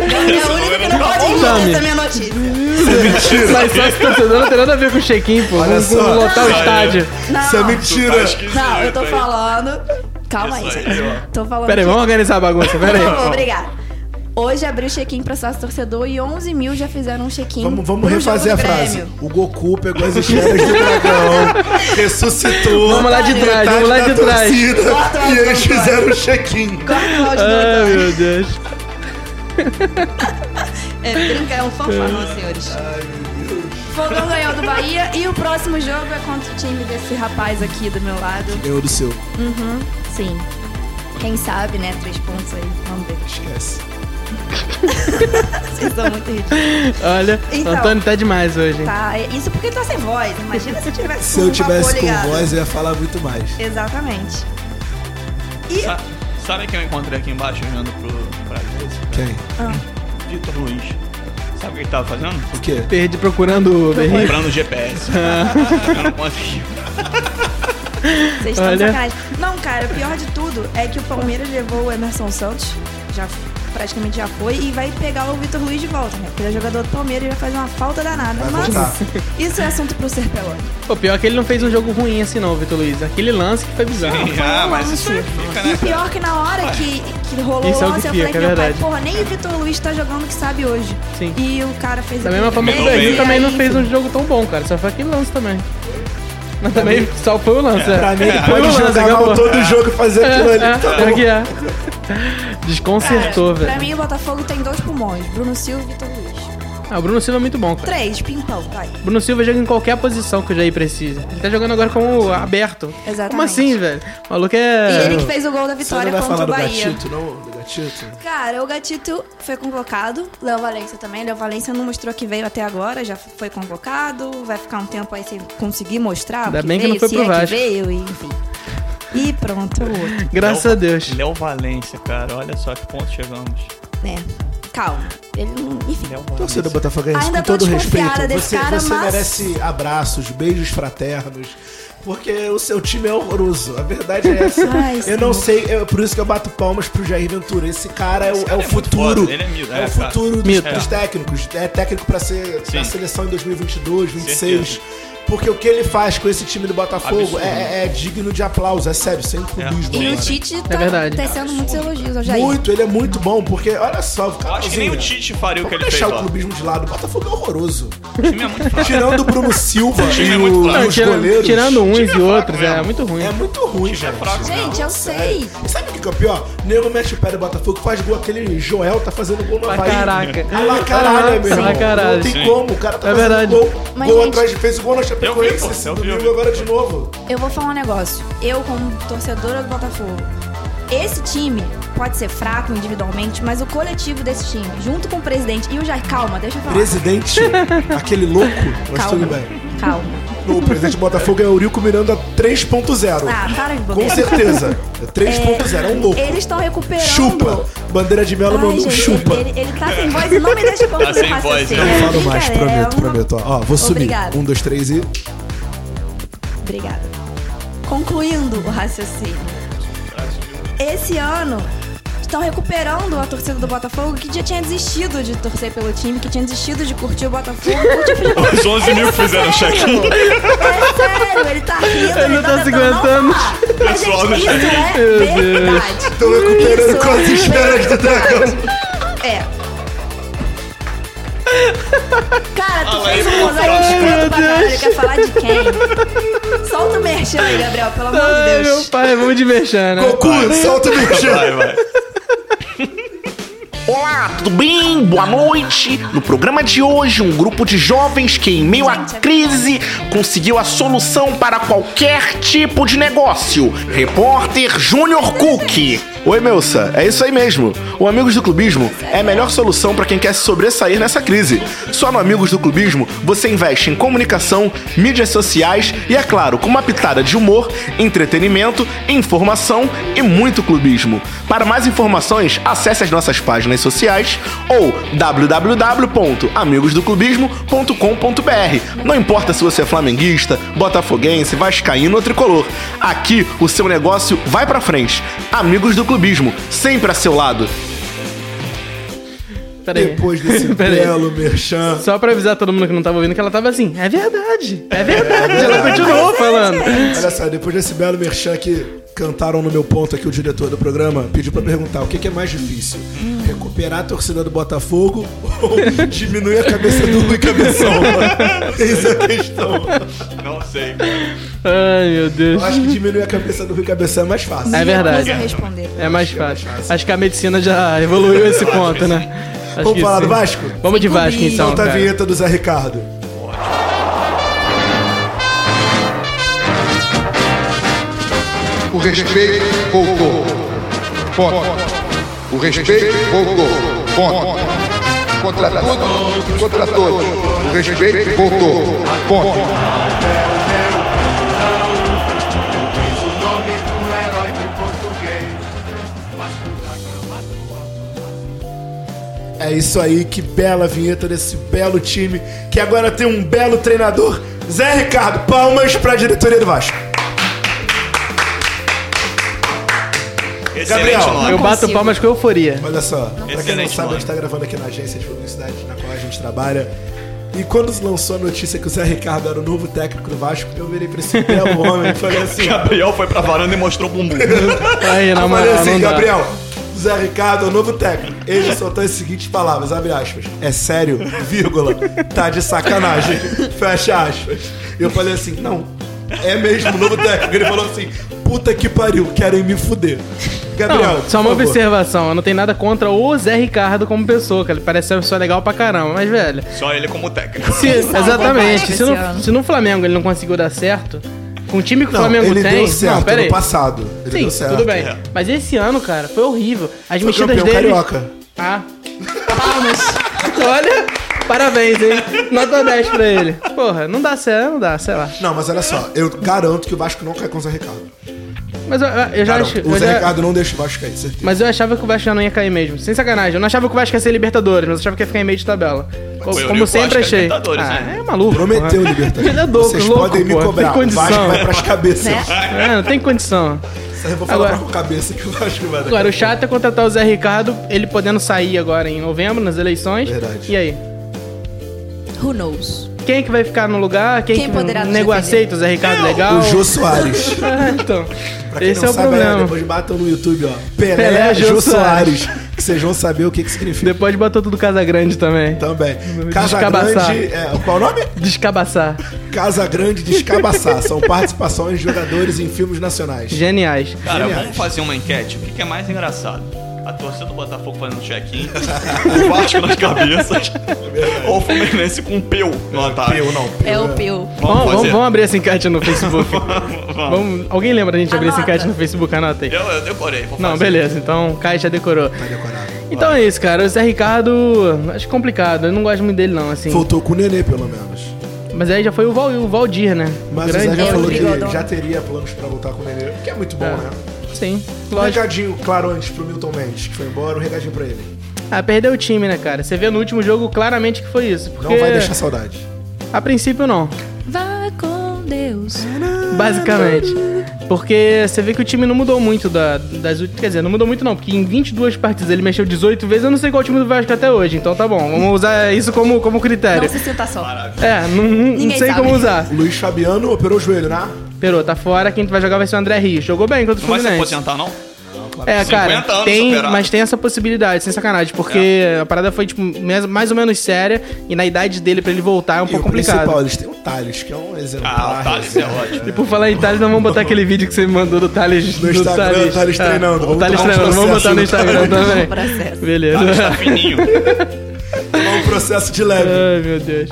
Gabriel é o único que não pode rir
Dami.
dessa minha notícia.
Mas só se torcedor não tem nada a ver com o check-in, pô.
Olha
Vamos
só.
vamos lotar o
Olha.
estádio.
Não.
Isso é mentira.
Acho que tá isso
Não, eu tô
aí.
falando. Calma aí,
Isso aí,
gente.
ó.
Tô falando.
Pera aí,
que-
vamos organizar a bagunça, pera aí.
Obrigada. Hoje abriu o check-in pra sócio torcedor e 11 mil já fizeram um check-in.
Vamos, vamos
pro
refazer a
jogo do
frase.
Grêmio.
O Goku pegou as esferas do dragão, ressuscitou.
Vamos lá de trás, vamos lá
metade
de
da
trás.
torcida,
Corta o
e
áudio,
eles
vamos lá.
fizeram o check-in.
Corta é o áudio do
Ai,
Antônio.
meu Deus.
É, brinca, é um fanfarrão, senhores. Fogão ganhou do Bahia e o próximo jogo é contra o time desse rapaz aqui do meu lado.
Ganhou do seu.
Sim. Quem sabe, né? Três pontos aí. Vamos ver.
Esquece.
Vocês são muito ridículos.
Olha,
Então.
Antônio tá demais hoje. hein?
Tá, é- isso porque ele tá sem voz. Imagina se eu tivesse
Se
com
eu
o vapor
tivesse com
ligado.
voz, eu ia falar muito mais.
Exatamente.
Sa- Ah, Sabe quem eu encontrei aqui embaixo olhando pro, pra Jéssica?
Quem?
Vitor Luiz. Sabe o que ele tava fazendo?
O quê?
Perdi procurando o Berri.
Comprando o GPS. eu não consegui.
Vocês estão de
Olha.
sacanagem. Não, cara, o pior de tudo é que o Palmeiras levou o Emerson Santos, já praticamente já foi, e vai pegar o Vitor Luiz de volta, né? Porque ele é jogador do Palmeiras e vai fazer uma falta danada.
Vai
Mas
voltar.
isso é assunto pro Serpelone.
Pô, pior que ele não fez um jogo ruim assim não, Vitor Luiz. Aquele lance que foi bizarro.
Ah, mas isso aí fica,
E
né,
o pior que na hora que, que rolou
Isso é
o
o
lance,
que fica,
eu falei pro
é
meu pai,
verdade.
porra, nem o Vitor Luiz tá jogando o que sabe hoje.
Sim.
E o cara fez é
Da
aquilo.
mesma forma que o
Mandou
Brasil
bem.
também não
E
fez um
aí,
jogo tão bom, cara. Só foi aquele lance também. Mas também só foi o lance. É.
Pra mim, ele
Foi
pode
o lance,
jogar mal
acabou.
todo jogo e fazer aquilo
É,
ali.
é,
Tá
pior
bom.
que é. Desconcertou,
É, Pra
velho.
mim, o Botafogo tem dois pulmões: Bruno Silva e Vitor Luiz.
Ah, o Bruno Silva é muito bom, cara.
Três, pimpão, vai.
Bruno Silva joga em qualquer posição que o Jair precisa. Ele tá jogando agora como aberto.
Exatamente.
Como assim, velho? O maluco
E ele que
é.
fez o gol da
Você não
vitória
vai falar
contra o
do
Bahia.
gatito, não? Do gatito?
Cara, o Gatito foi convocado, Léo Valência também. Léo Valência não mostrou que veio até agora, já foi convocado, vai ficar um tempo aí sem conseguir mostrar. o
Ainda bem que
veio,
não foi
se
pro
é
Vasco.
Que veio, e, enfim. E pronto, o outro.
Graças a Deus.
Léo Valência, cara. Olha só que ponto chegamos.
Né? Calma. Ele não. Enfim.
Léo Valência.
Torcida botafoguense,
Ainda
com
tô
todo
desconfiada
respeito,
desse
você,
cara,
você
mas-
merece abraços, beijos fraternos, Porque o seu time é horroroso. A verdade é essa.
Ai,
eu
sim.
não sei, é por isso que eu bato palmas pro Jair Ventura. Esse cara é o, é o
é muito
futuro.
foda, ele é mito,
É
é,
o
cara.
futuro dos,
Mito.
dos técnicos. É técnico pra ser
Sim.
na seleção em 2022, 2026.
Certeza.
Porque o que ele faz com esse time do Botafogo
Absurdo.
é, é- é digno de aplauso. É sério, sem clubismo.
E
Sim.
o
mano.
Tite tá
É verdade.
tecendo muitos elogios ao Jair.
Muito, ele é muito bom, porque olha só, cara.
Eu acho que nem o Tite faria o que ele fez
deixar o
lá.
clubismo de lado. O Botafogo é horroroso.
O time é muito fraco.
Tirando o Bruno Silva
time
e,
é muito
o,
fraco.
e
Não,
os
tira-
goleiros.
tirando uns e
fraco
outros, é
mesmo.
muito ruim.
É muito ruim,
time é
gente.
fraco.
Gente, eu sei.
Sabe o que que é o pior? O nego mete o pé do Botafogo, faz gol. Aquele Joel tá fazendo gol no
Pra
Havaí.
caraca.
Ah, lá, caralho, meu
Pra
irmão.
caralho.
Não tem
Sim.
como, o cara tá
É
fazendo
verdade.
gol.
Mas,
gol
gente-
atrás, fez o gol na
Eu vi,
Chapecoense
pô,
esse
eu vi, eu
domingo,
vi.
agora de novo.
Eu vou falar um negócio. Eu, como torcedora do Botafogo, esse time pode ser fraco individualmente, mas o coletivo desse time, junto com o presidente e o Jair, calma, deixa eu falar.
Presidente, aquele louco, mas tudo
calma,
bem.
calma.
O presidente do Botafogo é Eurico Miranda 3.0.
Ah, para de
Com
bobeira.
certeza. É 3.0, é um louco.
Eles estão recuperando.
Chupa. Bandeira de
é Ai,
Melo mandou um
gente,
chupa.
Ele, ele tá sem voz e não me deixa concluir
Tá sem
o
voz,
raciocínio.
né?
Não falo mais,
Brincadeira, é
prometo,
uma-
prometo. Ó, vou subir.
Obrigada.
Um, dois, três e.
Obrigada. Concluindo o raciocínio. Esse ano estão recuperando a torcida do Botafogo que já tinha desistido de torcer pelo time, que tinha desistido de curtir o Botafogo. curtir o futebol.
Os 11 mil
Ele tá
fizeram
sério.
check-in.
É sério, ele tá rindo.
Ele não tá
tentando
aguentando.
não falar. Mas,
Pessoal
gente,
do
isso
Meu
é verdade.
Tô recuperando
Isso
com as
é
esferas do dragão.
É. Cara, tu
Ah,
fez
mas
um
eu
mosaico escroto pra caralho. Quer falar de quem? Solta o merchan aí, Gabriel, pelo amor
Ai,
de
meu
Deus.
pai, vamos de mexer, né?
Goku, solta o bicho.
Vai, vai.
Olá, tudo bem? Boa noite. No programa de hoje, um grupo de jovens que, em meio à crise, conseguiu a solução para qualquer tipo de negócio. Repórter Júnior Cook. Oi, Melsa. É isso aí mesmo. O Amigos do Clubismo é a melhor solução para quem quer se sobressair nessa crise. Só no Amigos do Clubismo você investe em comunicação, mídias sociais e, é claro, com uma pitada de humor, entretenimento, informação e muito clubismo. Para mais informações, acesse as nossas páginas sociais ou www.amigosdoclubismo.com.br. Não importa se você é flamenguista, botafoguense, vascaíno ou tricolor. Aqui o seu negócio vai pra frente. Amigos do Clubismo, sempre a seu lado.
Pera aí.
Depois desse
Pera aí.
belo merchan.
Só pra avisar todo mundo que não tava ouvindo que ela tava assim, é verdade, é verdade. Ela continuou falando.
Olha só, depois desse belo merchan que cantaram no meu ponto aqui, o diretor do programa pediu pra perguntar o que, que é mais difícil: recuperar a torcida do Botafogo ou diminuir a cabeça do Rui Cabeção? Essa é a questão.
Não sei.
Ai, meu Deus.
Eu acho que diminuir a cabeça do Rui Cabeção é mais fácil.
É verdade.
Recuso responder.
É mais fácil. Acho que a medicina já evoluiu esse ponto, né? Acho
Vamos
que
falar
sim.
do Vasco? tá
Vamos de Vasco, então,
Solta a
cara.
vinheta do Zé Ricardo.
O respeito voltou. Ponto. O respeito voltou. Ponto. Contra tudo, contra todos. O respeito voltou. Ponto.
É isso aí, que bela vinheta desse belo time que agora tem um belo treinador, Zé Ricardo. Palmas pra diretoria do Vasco.
Excelente
Gabriel.
nome.
Eu bato
consigo.
palmas com euforia.
Olha só, pra quem não
Excelente
sabe, a
nome.
gente tá gravando aqui na agência de publicidade na qual a gente trabalha. E quando lançou a notícia que o Zé Ricardo era o novo técnico do Vasco, eu virei pra esse belo homem e falei assim:
Gabriel foi pra varanda e mostrou o bumbum.
Tá Aí, na
Eu falei
moral,
assim,
não dá.
Gabriel, o Zé Ricardo é o novo técnico. Ele soltou as seguintes palavras, abre aspas. É sério, vírgula, tá de sacanagem, fecha aspas. Eu falei assim, não, é mesmo o novo técnico. Ele falou assim, puta que pariu, querem me fuder. Gabriel,
Não, só
por
uma
favor.
observação, eu não tenho nada contra o Zé Ricardo como pessoa, cara. Ele parece ser uma pessoa legal pra caramba, mas, velho.
Só ele como técnico.
se-
Quem sabe,
exatamente.
vai
Se
esse
no,
ano.
se no Flamengo ele não conseguiu dar certo, com o time que
Não,
o Flamengo
ele
tem.
deu certo
não, pera
no
aí.
passado. Ele
Sim,
deu certo.
tudo bem.
É.
Mas esse ano, cara, foi horrível. As
Foi
mexidas
campeão
deles.
carioca.
Ah. Palmas. Olha, parabéns, hein? Nota 10 pra ele. Porra, não dá certo, não dá, sei lá.
Não, mas olha só, eu garanto que o Vasco não cai com o Zé Ricardo.
Mas eu, eu já acho.
Garanto. O
eu
Zé
já-
Ricardo não deixa o Vasco cair, certeza.
Mas eu achava que o Vasco já não ia cair mesmo. Sem sacanagem. Eu não achava que o Vasco ia ser Libertadores, mas eu achava que ia ficar em meio de tabela. Como,
eu
como
acho que
sempre
é
achei.
Libertadores,
ah,
né?
é maluco.
Prometeu,
porra.
Libertadores.
Ele é louco,
Vocês
louco,
podem me
porra,
cobrar.
Não tem condição.
Vasco vai pras cabeças.
Né?
É, não tem condição.
Eu vou falar
Agora-
pra cabeça que o Vasco vai dar.
Agora, o chato é contratar o Zé Ricardo, ele podendo sair agora em novembro, nas eleições.
Verdade.
E aí?
Who knows?
Quem é que vai ficar no lugar? Quem,
Quem
que
poderá nos
nego
defender?
aceita o Zé Ricardo legal?
O Jô Soares.
Ah, então.
Pra quem
Esse
não
é o
sabe,
problema.
depois batam no YouTube, ó. Pelé,
Pelé,
Jô
Jô
Soares. Que vocês vão saber o que que significa
Depois botou tudo Casa Grande também.
também. Casa
Descabaçar.
Grande... É, qual o nome?
Descabaçar.
Casa Grande Descabaçar. São participações de jogadores em filmes nacionais.
Geniais.
Cara,
Genial.
vamos fazer uma enquete. O que que é mais engraçado? A torcida do Botafogo fazendo check-in, o Vasco nas cabeças, ou o Fluminense com peu no ataque?
Eu não.
É o Peu.
Vamos, vamos,
fazer.
vamos abrir essa enquete no Facebook.
Vamos.
Vamos- alguém lembra a gente abrir essa
Anota.
enquete no Facebook? Anota aí.
Eu, eu decorei, vou
Não,
fazer.
beleza. Então, o Caio já decorou.
Tá decorado.
Então é isso, cara. O Zé Ricardo, acho complicado. Eu não gosto muito dele, não, assim.
Voltou com o Nenê, pelo menos.
Mas aí já foi o, Val- o Valdir, né? O
Mas o Zé
grande
já
É, o
falou
Bigodão.
que já teria planos pra voltar com o Nenê, o que é muito bom,
É.
né?
Sim,
Um
lógico.
recadinho, claro, antes pro Milton Mendes, que foi embora, um recadinho pra ele.
Ah, perdeu o time, né, cara? Você vê no último jogo claramente que foi isso. Porque,
Não vai deixar saudade.
a princípio, não.
Vá com Deus.
Ah.
Basicamente. Porque você vê que o time não mudou muito da, das últimas. Quer dizer, não mudou muito não, porque em 22 partidas ele mexeu 18 vezes. Eu não sei qual é o time do Vasco até hoje, então tá bom. Vamos usar isso como, como
Não
critério.
se sinta só.
É, não, não- não
Ninguém
sei
sabe.
como usar.
Luiz Fabiano operou o joelho, né?
Perô, tá fora. Quem vai jogar vai ser o André Rios. Jogou bem contra o
Não vai se
Fluminense.
aposentar, não?
É,
50
cara,
anos
tem,
superado. É.
mas tem essa possibilidade, sem sacanagem, porque a parada foi tipo, mes- mais ou menos séria e na idade dele pra ele voltar é um
e o
pouco
principal,
complicado.
eles têm o Thales, que é um exemplar.
Ah, o Thales é
assim.
ótimo.
E por falar em Thales, nós vamos botar aquele vídeo que você me mandou do Thales
No
do
Instagram,
Thales,
Thales
Ah,
treinando.
o
Vamos
Thales
tomar um
treinando, vamos
processo
botar no
do
Instagram
Thales.
também.
Processo.
Beleza.
Ele Tá fininho.
É um processo de leve.
Ai, meu Deus.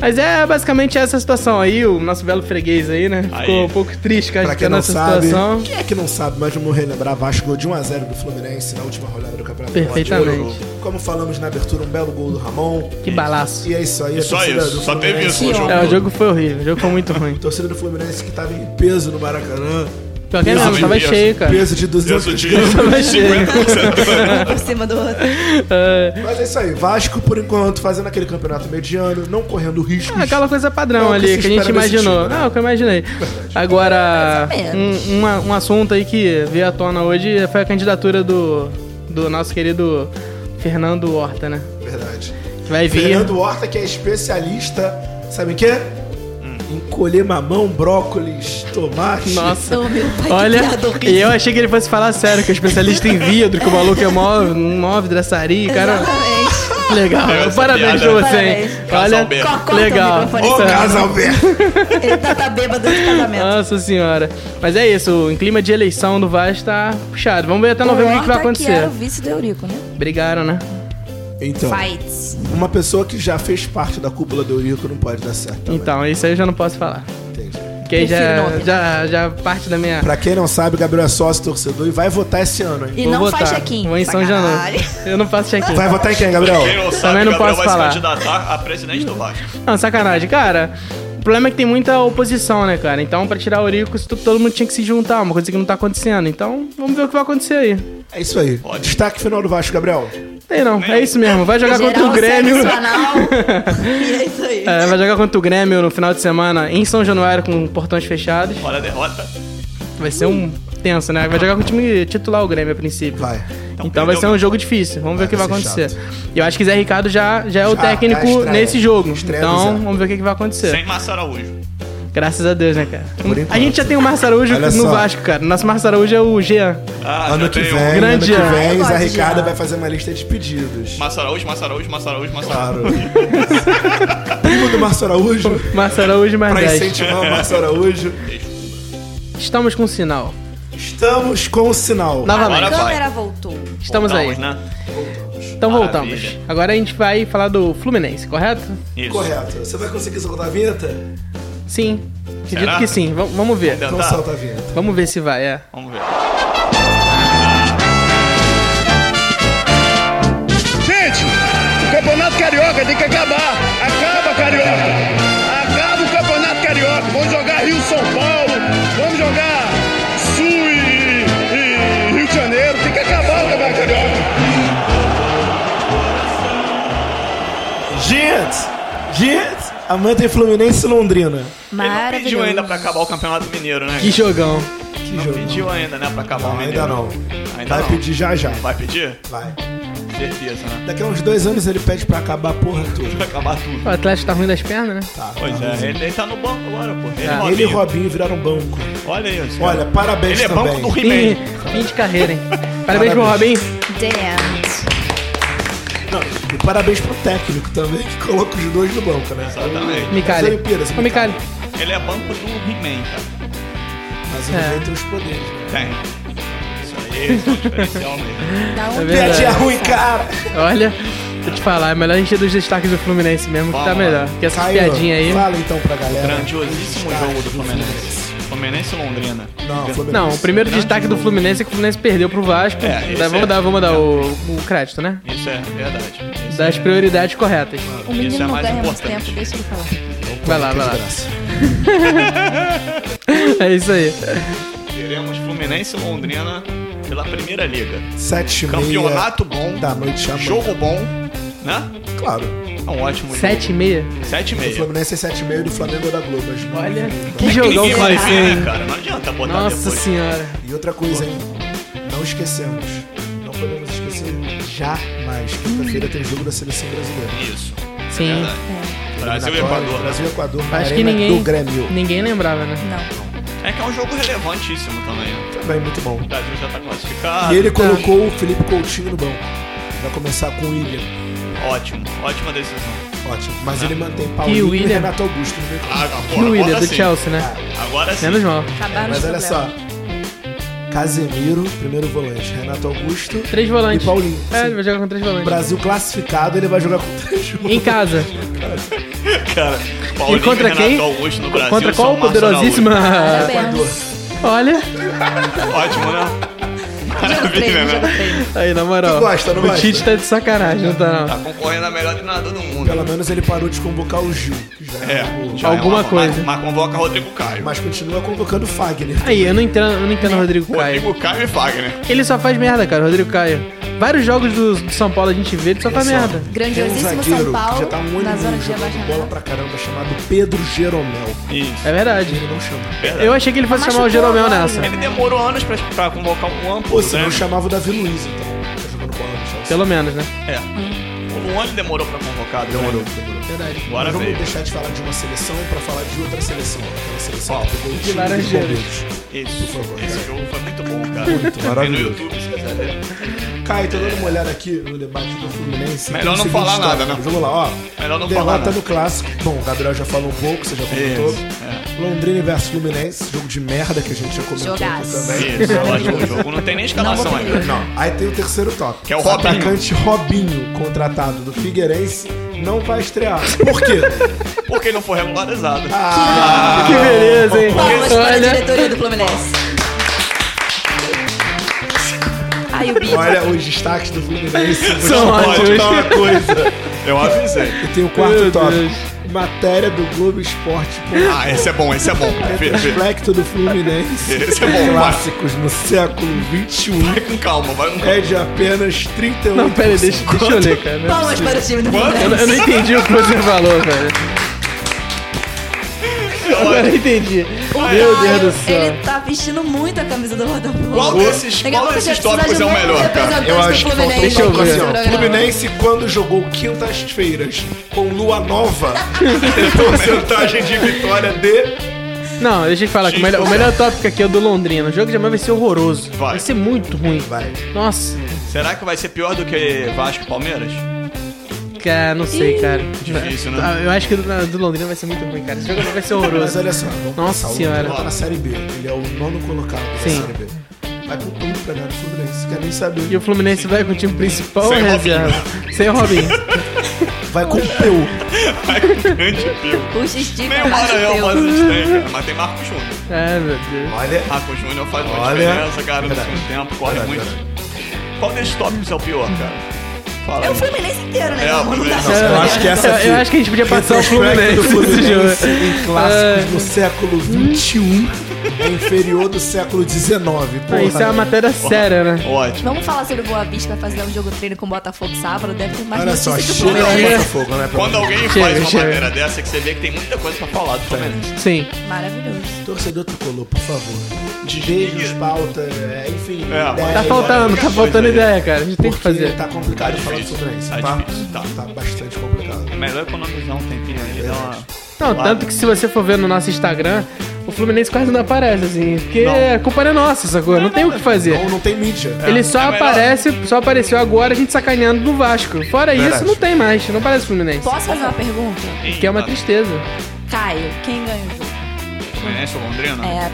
Mas é basicamente essa situação aí, o nosso belo freguês aí, né? Ficou
Aí.
um pouco triste com a
Pra
com
quem
a
não
nossa
sabe,
situação.
quem é que não sabe, mas vamos relembrar, Vasco ganhou de 1x0 do Fluminense na última rodada do Campeonato
Perfeitamente.
Brasileiro. Como falamos na abertura, um belo gol do Ramon.
Que balaço.
E é isso aí. a
Só
torcida
isso,
do
só teve
Fluminense-
isso no jogo.
É, o jogo foi horrível, o jogo foi muito ruim.
Torcida do Fluminense que tava em peso no Maracanã.
Pior que não,
Isso,
tava
isso.
cheio, cara.
Peso de
Isso
200
de
Tava cheio.
50%.
Um por cima do outro.
É.
Mas é isso aí, Vasco por enquanto fazendo aquele campeonato mediano, não correndo riscos.
Ah, aquela coisa
É o
padrão
que
ali
se
que a gente
espera desse
imaginou.
time, né?
Ah, o que eu imaginei. Agora,
Mais ou
um, uma- um assunto aí que veio à tona hoje foi a candidatura do, do nosso querido Fernando Horta, né?
Verdade.
Que vai vir.
Fernando Horta, que é especialista, sabe em quê? Em colher mamão, brócolis, tomate.
Nossa.
Ô, meu pai,
Olha,
que piada horrível.
e eu achei que ele fosse falar sério, que é especialista em vidro, que o maluco é mó, mó vidraçaria, cara.
Exatamente.
Legal,
Essa
parabéns pra
piada.
você, hein?
Parabéns.
Olha,
Casalberto.
Corta o
legal.
microfone,
Ô,
cara.
Casa Alberto!
Ele tá, tá bêbado de casamento.
Nossa senhora. Mas é isso, em clima de eleição do Vasco tá puxado. Vamos ver até novembro o que que vai
Horta, que era
acontecer.
o vice do Eurico, né?
Brigaram, né?
Então,
Fights.
uma pessoa que já fez parte da cúpula do Eurico não pode dar certo. também,
Então, isso aí eu já não posso falar.
entende?
Porque aí
Prefiro
já,
não.
já, já parte da minha.
Pra quem não sabe, Gabriel é sócio torcedor e vai votar esse ano, hein?
E
Vou
não
votar.
faz check-in.
Vou em São
Sacanagem.
Januel. Eu não faço check-in.
Vai votar em quem, Gabriel?
Quem não sabe,
Também não
Gabriel
posso
vai
falar.
se candidatar a presidente do Vasco.
Não, sacanagem. Cara, o problema é que tem muita oposição, né, cara? Então, pra tirar o Eurico, isso tudo- todo mundo tinha que se juntar, uma coisa que não tá acontecendo. Então, vamos ver o que vai acontecer aí.
É isso aí.
Pode.
Destaque final do Vasco, Gabriel.
Tem não, é isso mesmo. Vai jogar contra o
Geral,
Grêmio.
sexo anal. e é isso aí.
É, vai jogar contra o Grêmio no final de semana em São Januário com portões fechados.
Olha a derrota.
Vai ser um tenso, né? Vai jogar com o time titular o Grêmio a princípio.
Vai.
Então, vai ser um jogo difícil. Vamos ver o que vai
Vai ser
acontecer.
chato.
E eu acho que Zé Ricardo já, já é o
Já, já
técnico
estreia.
nesse jogo.
Estreia do
então,
Zé.
vamos ver o que, que vai acontecer.
Sem Massa Araújo.
Graças a Deus, né, cara?
enquanto.
A gente já tem o Márcio Araújo
Olha
no
só.
Vasco, cara. Nosso Márcio Araújo é o Jean.
Ah,
Ano
já
que
tem um.
vem,
grande
ano que
ano.
vem,
Eu
Zé
gosto de
Ricardo
ano.
vai fazer uma lista de pedidos.
Massa Araújo, Massa Araújo, Massa Araújo, Massa
Claro.
Araújo.
Primo do Márcio Araújo,
Márcio Araújo mais
pra
10.
incentivar o Márcio Araújo.
Estamos com um sinal.
Estamos com o sinal.
Novamente.
Agora
A câmera
vai.
voltou.
Estamos
Voltamos,
aí.
Né?
Então voltamos.
Maravilha.
Agora a gente vai falar do Fluminense, correto?
Isso.
Correto. Você vai conseguir soltar a vinheta?
Sim. Acredito
Será?
que sim. V- vamos ver.
Tentar?
Então solta a vinheta.
Vamos ver se vai, é.
tá, Vamos ver.
Gente, o Campeonato Carioca tem que acabar. Acaba, Carioca. Acaba o Campeonato Carioca. Vamos jogar Rio-São Paulo. Vamos jogar Sul e, e Rio de Janeiro. Tem que acabar o Campeonato Carioca.
Gente, gente, amanhã tem Fluminense e Londrina.
Ele não
Maravilhoso.
pediu ainda pra acabar o Campeonato Mineiro, né?
Que jogão.
Que
Não
jogo.
pediu ainda, né, pra acabar o Mineiro.
Ainda não.
Ainda
Vai
não.
pedir já já.
Vai pedir?
Vai.
Certeza, né?
Daqui a uns dois anos ele pede pra acabar a porra toda.
Vai acabar tudo.
O Atlético tá ruim das pernas, né?
Tá,
Pois
tá.
é, ele, ele tá no banco agora, pô. Ele, é
Ah,
Robinho.
Ele e Robinho viraram banco.
Olha isso. cara.
Olha, parabéns
Ele é
também.
banco do
Fim,
He-Man.
fim de carreira, hein? Parabéns pro Robin.
Parabéns.
Damn.
E parabéns pro técnico também, que coloca os dois no banco, né?
Exatamente.
Micali.
Olimpíadas,
Ô, Micali.
Ele é banco do He-Man, tá?
Mas o
É.
Nenê tem os poderes. né?
Tem. Isso aí, isso é um diferencial mesmo.
Dá
É
um
verdade.
Piadinha ruim, cara!
Olha, vou te falar, é melhor a gente ir dos destaques do Fluminense mesmo, que tá
Vamos lá.
melhor. Que essas
Caio,
piadinhas aí.
Fala então pra galera.
Grandiosíssimo jogo do Fluminense. Fluminense e Londrina.
Não, Fluminense.
Não, o primeiro destaque do Fluminense é que o Fluminense perdeu pro Vasco.
É, esse
Daí
é.
vamos dar, vamos dar o, o crédito, né?
Isso é verdade. Isso
Das
é-
prioridades corretas.
O menino
Isso é
não
mais
ganha muito
importante.
tempo, deixa ele falar.
Vai lá, vai lá.
Desgraça.
É isso aí.
Teremos Fluminense e Londrina pela primeira liga.
Sete e meia
Campeonato bom.
da noite amanhã.
Jogo bom. Né?
Claro.
É um ótimo
Sete e meia.
jogo. Sete e
O
meia.
Fluminense é sete e meio do Flamengo é da Globo. às nove.
Olha,
Então,
que jogão
Ninguém
que vai ser,
ver, né,
hein?
cara. Não adianta botar
Nossa
depois.
senhora.
E outra coisa, hein? Não esquecemos. Não podemos esquecer jamais. Quinta-feira tem jogo da seleção brasileira.
Isso. É
Sim. É.
Verdade. Brasil e
Eliminatória,
Equador. né?
Brasil e Equador. na
Acho que
arena
ninguém,
Do Grêmio.
ninguém lembrava, né?
Não.
É que é um jogo relevantíssimo também. né?
Também muito bom.
O Brasil já tá classificado.
E ele colocou o Felipe Coutinho no banco. Vai começar com o William.
Ótimo. Ótima decisão.
Ótimo.
Tá.
Mas ele mantém Paulinho e
William?
Renato Augusto. no meio.
Ah,
E
agora,
o Willian,
agora
do
sim.
Chelsea, né?
Ah.
Agora sim.
Menos mal.
Acabaram
Mas
os
olha
problemas.
só.
é.
Casemiro, primeiro volante. Renato Augusto.
Três volantes.
E Paulinho.
É,
Sim.
ele vai jogar com três volantes.
Brasil classificado, ele vai jogar com três jogos.
Em casa.
Cara, Paulinho
E contra
Renato
quem?
Augusto no Brasil
Contra
são né,
qual
Márcio
poderosíssima.
Parabéns.
Olha.
Araújo. Ótimo, né? Maravilha,
Treino,
né?
treino.
Aí, na moral.
Tu gosta, não
o
gosta?
Tite tá de sacanagem, não tá não.
Tá concorrendo a melhor treinador do mundo.
Pelo menos ele parou de convocar o Gil. que já
É,
o-
já
Alguma
uma-
coisa.
Mas, mas convoca Rodrigo Caio.
Mas continua convocando o Fagner.
Aí, eu não entendo, eu não entendo o Rodrigo Caio.
Rodrigo Caio e Fagner.
é
Ele só faz merda, cara, o Rodrigo Caio. Vários jogos do, do São Paulo a gente vê, ele só faz
Só
merda.
Grandiosíssimo
tem um zagueiro
São
que
Paulo,
já tá um ano
na
e
zona
meio
de
jogando bola
abaixamento.
pra caramba, chamado Pedro Jeromel.
Isso.
É verdade.
Ele não chama.
verdade.
Eu achei que ele fosse
Mas
chamar o
machucou
Jeromel
agora,
nessa.
Ele demorou anos pra, pra convocar um amplo.
Pô, se não
né?
chamava o Davi Luiz, então. Tá jogando bola no Chelsea.
Pelo menos, né?
É. O Luan demorou pra convocar. Demorou.
Verdade.
Então, Agora
Vamos
veio.
deixar de falar de uma seleção pra falar de outra seleção. Aquela seleção
Qual?
que pegou o time do
Laranjeiras.
Palmeiras.
Isso.
favor,
Esse
cara.
jogo foi muito bom, cara. Tem
maravilhoso.
no YouTube, se quiser ver.
Caio, tô dando uma olhada aqui no debate do Fluminense. Tem
Melhor
o
não
seguinte
falar nada,
tópico.
né?
Vamos lá, ó.
Melhor não
Derrota
falar nada.
no clássico. Bom, o Gabriel já falou um pouco, você já comentou.
Isso, é.
Londrina versus Fluminense, jogo de merda que a gente já comentou aqui
Jogaço.
também.
Isso, é um ótimo jogo. Não tem nem escalação ainda.
Não, aí tem o terceiro tópico.
Que é o Robinho.
Atacante Robinho, contratado do Figueirense, não vai estrear. Por quê?
Porque ele não foi regularizado.
Ah,
que beleza, hein?
Palmas para a
Olha.
diretoria do Fluminense. Aí o Bico.
Olha os destaques do Fluminense. Vou te
São ótimos.
então
contar uma coisa.
é Eu avisei.
E tem o quarto
Meu
tópico.
Deus.
Matéria do Globo Esporte. com
Ah, esse é bom, esse é bom. Vê, vê.
Reflecto do Fluminense.
Esse é bom, vai.
Clássicos no século um. XXI.
Vai com calma, vai com calma.
É de apenas 31
Não, pera aí, deixa, deixa eu ler, cara. Não é
Palmas para o time do
Quanto?
Eu, não-
Fluminense.
eu não entendi o que você falou, velho. Agora eu entendi. Meu Deus do céu.
Ele tá vestindo muito a camisa do Botafogo.
Qual desses,
Daqui a
qual
pouco você
desses
vai precisar
tópicos
de
é o
um
melhor, cara?
representante
Eu
do
aassim, assim, ó,
Fluminense
Deixa eu ver.
nesse programa.
Fluminense, quando jogou quintas-feiras com Lua Nova, tem porcentagem de vitória de.
Não, deixa eu te falar que o melhor, o melhor tópico aqui é o do Londrina. O jogo de amanhã vai ser horroroso.
Vai.
Vai ser muito ruim.
Vai.
Nossa,
Será que vai ser pior do que Vasco e Palmeiras?
cara, não sei, cara.
Difícil, né?
Ah, Eu acho que do, do Londrina vai ser muito ruim, cara. Esse jogo vai
Mas
ser horroroso.
olha só, vamos
Nossa
pensar, o
Senhora.
Londrina tá na Série B. Ele é o nono colocado da
Sim.
Série B. Vai com tudo pra ganhar o Fluminense, quer nem saber.
E o Fluminense vai com o time principal
Sem
ou
Robinho.
reserva? Sem o Robinho.
Vai com o Peu.
Vai com grande pio.
Puxa,
tá
estica,
Nem o
bate o
Maranhão
pelo.
faz isso tem, cara. Mas tem Marco Júnior.
É, meu Deus.
Olha,
Marco Ah, Júnior faz uma
Olha.
diferença, cara, no
Verdade.
segundo tempo. Corre
Verdade,
muito. Qual desses tópicos é o pior, cara? Fala.
É o
aí.
Fluminense inteiro, né?
É,
meu
o
amor? Não dá
Fluminense.
pra
Eu
acho que essa é
eu,
aqui-
eu acho que a gente podia passar o
retrospecto
Fluminense
do
nesse jogo. Ah.
Fluminense em clássicos do século XXI. é inferior do século XIX.
Ah, isso é uma matéria séria, né?
Ótimo.
Vamos falar sobre o Boa Vista, vai fazer um jogo treino com o Botafogo sábado, deve ter mais
Olha só,
notícias do
cheira de
Fluminense.
Botafogo, é né?
Quando alguém
Chega,
faz uma
chega.
matéria dessa, é que você vê que tem muita coisa pra falar do Fluminense.
Sim. Tá
Maravilhoso.
Torcedor tricolor, por favor. Beijos, pauta, é, enfim.
É,
Tá faltando, tá faltando ideia, cara. A gente tem que
Porque
fazer.
tá complicado
Tá
falar
difícil,
sobre isso,
tá
tá?
difícil, tá.
bastante complicado.
Melhor economizar um tempinho ali, dar uma...
Não,
Lá.
tanto que se você for ver no nosso Instagram, o Fluminense quase não aparece, assim. Porque
Não.
a culpa não é nossa, sacou? Não, tem o que fazer.
Não, não tem mídia.
Ele só
É melhor.
aparece, só apareceu agora a gente sacaneando do Vasco. Fora isso,
Verdade.
não tem mais. Não parece Fluminense.
Posso fazer uma pergunta?
Que
tá,
é uma tristeza.
Caio, quem ganha o jogo?
Fluminense ou Londrina?
É,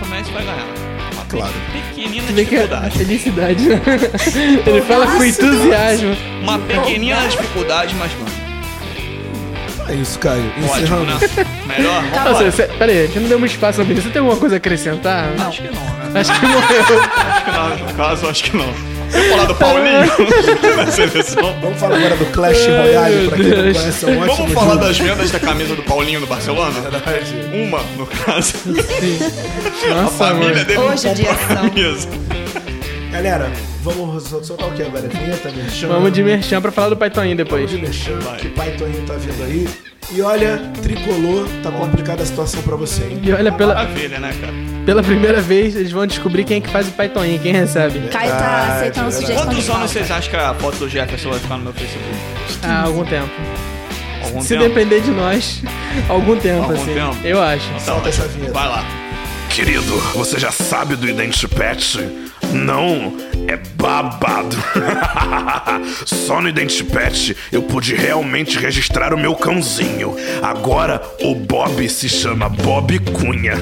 O Fluminense vai ganhar. Uma
Claro.
pequenina
Vê que é- a
dificuldade.
felicidade. né? Ele fala com entusiasmo.
Uma pequenina dificuldade, mas mano.
É isso, Caio.
Ótimo,
Encerrando.
né? Melhor? Vambora.
Nossa, cê, pera aí, a gente não deu muito espaço na vida. Você tem alguma coisa a acrescentar?
Acho que não, né?
Acho que morreu.
Acho que não, no caso, acho que não. Você falar do Paulinho na seleção?
Vamos falar agora do Clash Royale, pra quem não conhece, é um ótimo
Vamos falar
jogo.
das vendas da camisa do Paulinho no Barcelona?
Verdade.
Uma, no caso. a
Nossa,
família
mano.
dele
Hoje é dia
não comprou a
de ação.
camisa.
Galera, vamos sol- soltar o que agora? É Vinheta, merchan?
Vamos de merchan pra falar do Paitoinho depois.
Vamos de merchan,
Vai.
que Python tá vindo aí. E olha, tricolor, tá complicada a situação pra você, hein?
E olha, pela,
Maravilha, né, cara?
pela primeira vez, eles vão descobrir quem é que faz o Paitoinho, quem recebe.
Caio tá aceitando sugestão
Quantos
de
anos
pauta.
vocês acham que a foto do Jefferson vai ficar no meu Facebook?
Há algum tempo.
Algum
Se
tempo?
depender de nós, algum tempo,
Algum
assim.
tempo.
Eu acho.
Solta essa vinheta.
Tá Então, Vai lá.
Querido, você já sabe do Identity Patch? Não, é babado. Só no Identity Patch eu pude realmente registrar o meu cãozinho. Agora o Bob se chama Bob Cunha.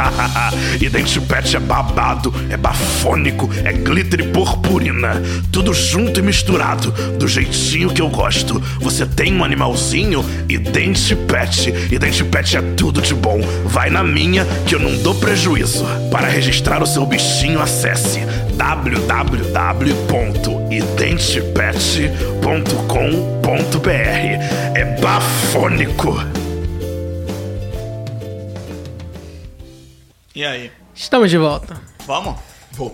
Identity Patch é babado, é bafônico, é glitter e purpurina. Tudo junto e misturado, do jeitinho que eu gosto. Você tem um animalzinho? Identity Pet. Identity Pet é tudo de bom. Vai na minha que eu não dou prejuízo. Para registrar o seu bichinho, acesse www.identitypet.com.br. É bafônico.
E aí?
Estamos de volta.
Vamos?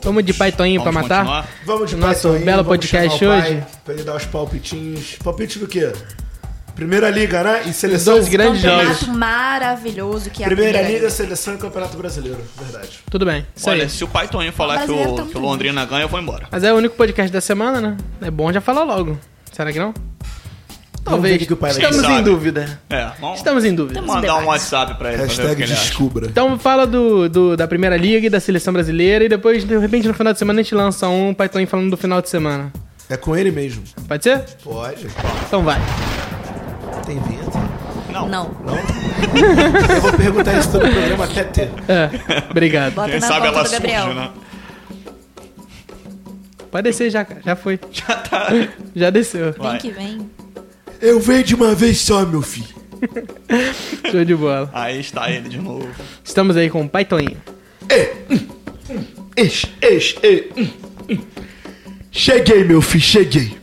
Vamos de Paitoinho pra
Vamos
matar?
continuar?
Vamos de
Nosso
Python aí,
belo
vamos
podcast
chamar o pai
hoje.
Pra ele dar os palpitinhos. Palpite do quê? Primeira Liga, né? E seleção.
Dois grandes jogos.
Campeonato maravilhoso que é a
Primeira
primeira
Liga, seleção e Campeonato Brasileiro. Verdade.
Tudo bem. Isso
Olha,
aí.
se o Pai Toninho falar que
Brasileiro
o,
tá
que o Londrina ganha, eu vou embora.
Mas é o único podcast da semana, né? É bom já falar logo. Será que não? Talvez.
ver o que o pai vai
Estamos
dizer.
em dúvida.
É, vamos
Estamos em dúvida.
mandar um WhatsApp pra ele. pra ver o que
Hashtag
ele acha.
descubra.
Então fala do, do- da Primeira Liga e da Seleção Brasileira e depois, de repente, no final de semana a gente lança um Python falando do final de semana.
É com ele mesmo.
Pode ser?
Pode.
Então vai.
Tem vinheta.
um
Não,
Eu vou perguntar isso todo o programa até ter.
É, obrigado.
bota
Quem
na
sabe
pauta
ela
do
surge,
Gabriel.
né?
Pode descer já, cara. Já foi. Já tá. Já desceu.
Vem que vem.
Eu venho de uma vez só, meu filho.
Show de bola.
Aí está ele de novo.
Estamos aí com o Python.
Ex, ex, ex. hum, hum. Cheguei, meu filho, cheguei.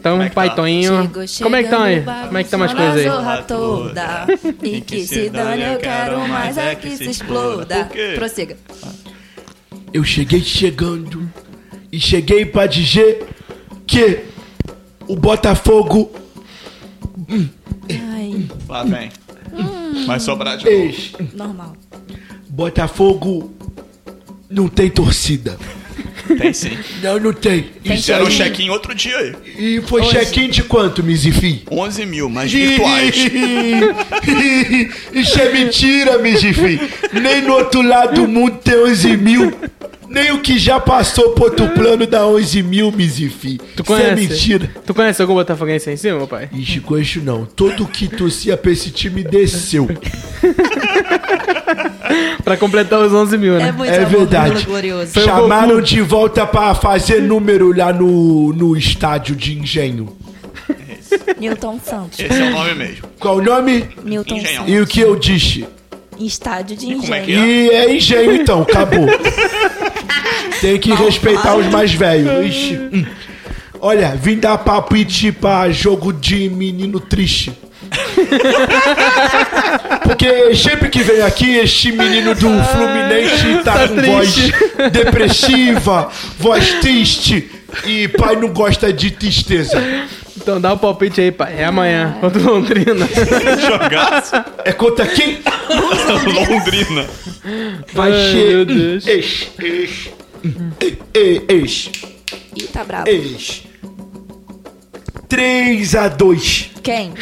Então,
é que tá?
Paitoinho.
Chego, chega
Como é que tá
no
aí?
bar,
Como é que tá mais
funciona
coisas
a
aí?
zorra toda. E que se dane, eu quero mais é que se exploda.
Por quê?
Prossiga.
Eu cheguei chegando. E cheguei pra dizer que o Botafogo.
Ai,
Lá vem. Vai sobrar de novo.
Ex,
normal.
Botafogo não tem torcida.
Tem sim.
Não, não tem. Isso
Fizeram um
aí.
check-in outro dia aí.
E foi check-in de quanto, Mizifi?
11 mil, mas virtuais.
Isso é mentira, Mizifi. Nem no outro lado do mundo tem 11 mil. Nem o que já passou pro outro plano dá 11 mil, Mizifi.
Tu
Isso é
conhece?
mentira.
Tu conhece algum botafoguense aí em cima, meu pai?
Ixi, conheço não. Todo que torcia pra esse time desceu.
Pra completar os 11 mil, né?
É muito
É
amor,
verdade.
muito glorioso.
Foi um o
Chamaram de volta pra fazer número lá no, no estádio de engenho.
Newton Santos.
Esse é o nome mesmo.
Qual o nome?
Newton
Engenhão.
Santos.
E o que eu disse?
Em estádio de
como é que
engenho.
E é engenho então, acabou. Tem que respeitar os mais velhos. Ixi. Hum. Olha, vim dar palpite pra jogo de menino triste. Porque sempre que vem aqui, este menino do Fluminense tá,
tá
com
triste.
voz depressiva, voz triste. E pai não gosta de tristeza.
Então dá o palpite aí, pai. É amanhã, contra o Londrina.
Jogaço.
É contra quem?
Londrina.
Vai
Ai, meu
ser. um
Deus.
Ex, ex, ex, ex,
Ih, tá brabo.
ex. 3x2.
Quem?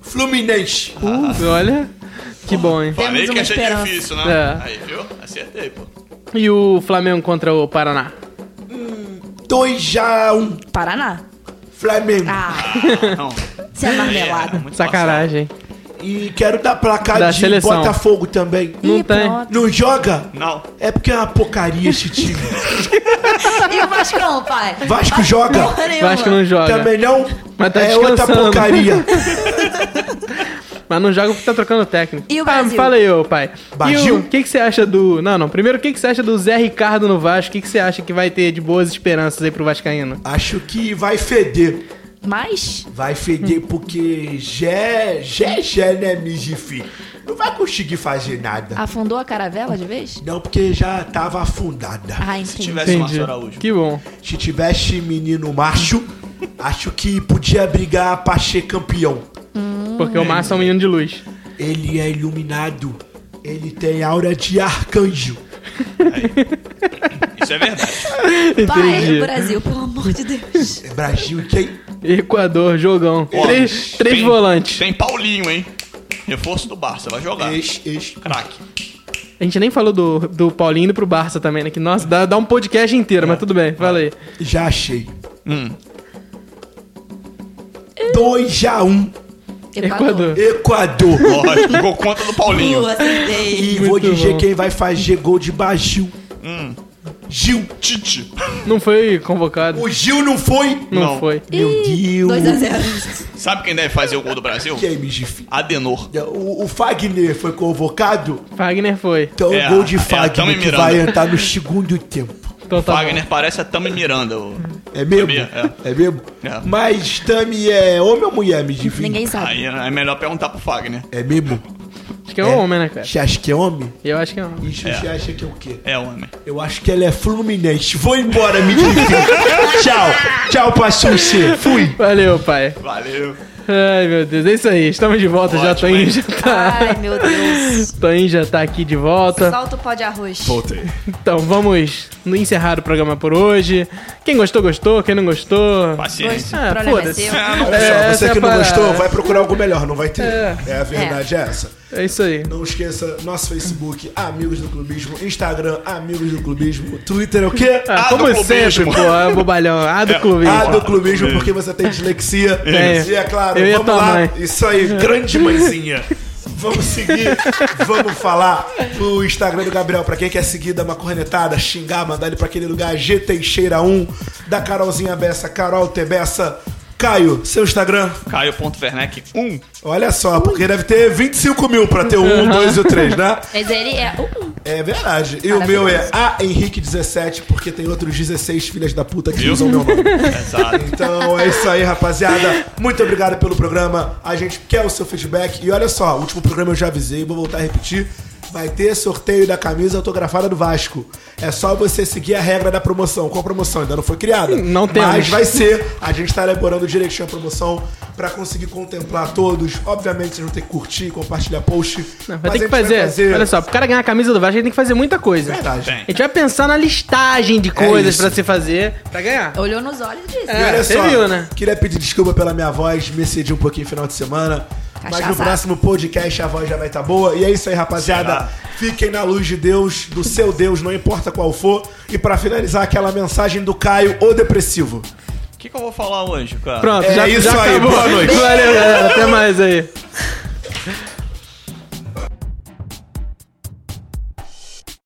Fluminense.
Olha, que bom, hein?
Falei
Temos
que
uma
ia ser
esperança.
difícil, né?
É.
Aí, viu? Acertei, pô.
E o Flamengo contra o Paraná?
2x1.
Paraná.
Flamengo.
Ah,
Não.
você é marmelada.
Muito
Sacanagem.
E quero dar placar
Da
de
seleção.
Botafogo também.
Não
Ih,
tem.
pronto.
Não joga?
Não.
É porque é uma porcaria esse time.
E o Vascão, pai?
Vasco joga?
Porra nenhuma.
Vasco não joga.
Também não?
Mas tá
é outra
descansando.
porcaria.
Mas não joga porque tá trocando técnico.
E o
Ah,
Brasil?
fala aí, ô pai.
Brasil?
E O que, que você acha do. Não, não. Primeiro, o que, que você acha do Zé Ricardo no Vasco? O que, que você acha que vai ter de boas esperanças aí pro Vascaíno?
Acho que vai feder.
Mas,
Vai feder porque Gé, Gé, Gé, né, Mijifi? Não vai conseguir fazer nada.
afundou a caravela de vez?
Não, porque já tava afundada.
Ah,
Se
entendi.
tivesse Márcio Araújo.
Que bom.
Se tivesse menino macho, acho que podia brigar pra ser campeão.
Porque
Hum.
o Márcio é um menino de luz.
Ele é iluminado. Ele tem aura de arcanjo.
Isso é verdade.
Pai,
Entendi.
Brasil, pelo amor de Deus.
É Brasil quem?
Equador, jogão.
Ó,
três três
tem-
volantes.
Tem Paulinho, hein? Reforço do Barça, vai jogar.
Ex, ex.
Craque.
A gente nem falou do, do Paulinho indo pro Barça também, né? Que, nossa, dá, dá um podcast inteiro, mas tudo bem. Fala aí.
Já achei.
Hum.
2 a 1
Equador.
Equador.
Lógico, gol contra do Paulinho.
Boa, acertei.
E vou
Muito
dizer
bom.
quem vai fazer gol de Bagil. Gil.
Tite.
Não foi convocado.
O Gil não foi?
Não,
não.
foi.
Meu Deus. é
2x0.
Sabe quem deve fazer o gol do Brasil?
Quem, Mijifi?
Adenor.
O, o Fagner foi convocado?
Fagner foi.
Então
É,
o gol de
é, tamo
Fagner
em
que
Miranda.
vai entrar no segundo tempo.
Então tá
Wagner parece a Tami Miranda.
Hum,
o-
É mesmo?
Sabia,
É, mesmo?
É.
Mas Tami é homem ou mulher, Mijifi?
Ninguém sabe.
Aí é melhor perguntar pro Fagner.
É mesmo?
bom. Acho que é um homem, né, cara?
Você acha que é homem?
Eu acho que é um homem.
Isso você acha que é o quê?
É, homem.
Eu acho que ela é fluminense. Vou embora, me Tchau. Tchau pra Sushi. Fui.
Valeu, pai.
Valeu.
Ai, meu Deus, é isso aí. Estamos de volta, já tô
Ótimo,
indo,
hein?
já tá.
Ai, meu Deus.
Toin já tá aqui de volta.
Solta o pó de arroz.
Então vamos encerrar o programa por hoje. Quem gostou, gostou. Quem não gostou.
Paciência.
Ah,
Problema é
foda-se.
seu.
Ah, não-
Olha só,
É, essa é
você que
a
não
parada.
gostou, vai procurar algo melhor, não vai ter.
É.
É, a verdade é. essa.
É isso aí.
Não esqueça, nosso Facebook, Amigos do Clubismo, Instagram, Amigos do Clubismo, Twitter é o quê?
Ah,
Ah, do
como
clubismo.
sempre, pô, é bobalhão. Ah, do clube.
A do clubismo, porque você tem dislexia.
É.
E é claro,
Eu e a
vamos
tua
lá.
mãe.
Isso aí, grande mãezinha. Vamos seguir, vamos falar o Instagram do Gabriel. Pra quem quer seguir, dar uma cornetada, xingar, mandar ele pra aquele lugar G Teixeira1, da Carolzinha Bessa, Carol Tebessa. Caio, seu Instagram,
Caio.Vernec 1.
olha só, porque deve ter 25 mil pra ter o 1, 2 e o 3, né?
Mas ele é. Uh,
É verdade. E o meu é A Henrique17, porque tem outros 16 filhas da puta que
Viu?
usam meu nome.
Exato.
Então é isso aí, rapaziada. Muito obrigado pelo programa. A gente quer o seu feedback. E olha só, o último programa eu já avisei, vou voltar a repetir. Vai ter sorteio da camisa autografada do Vasco. É só você seguir a regra da promoção. Qual promoção? Ainda não foi criada.
Hum, Não temos.
Mas vai ser. A gente tá elaborando direitinho a promoção pra conseguir contemplar todos. Obviamente vocês vão ter que curtir, compartilhar post.
Não, vai
mas
ter
a
que
gente vai
fazer, Olha só, pro cara ganhar a camisa do Vasco, ele tem que fazer muita coisa.
Verdade. É
A gente vai pensar na listagem de coisas
isso.
pra se fazer pra ganhar.
olhou nos olhos e disse.
E olha
você
só,
viu, né?
queria pedir desculpa pela minha voz, me cedi um pouquinho no final de semana. Mas no
Cachaça.
próximo podcast a voz já vai estar boa. E é isso aí, rapaziada.
Será?
Fiquem na luz de Deus, do seu Deus, não importa qual for. E pra finalizar, aquela mensagem do Caio, o depressivo.
O que, que eu vou falar hoje, cara?
Pronto,
É
já,
isso
já
aí,
acabou.
boa noite.
Valeu, galera. Até mais aí.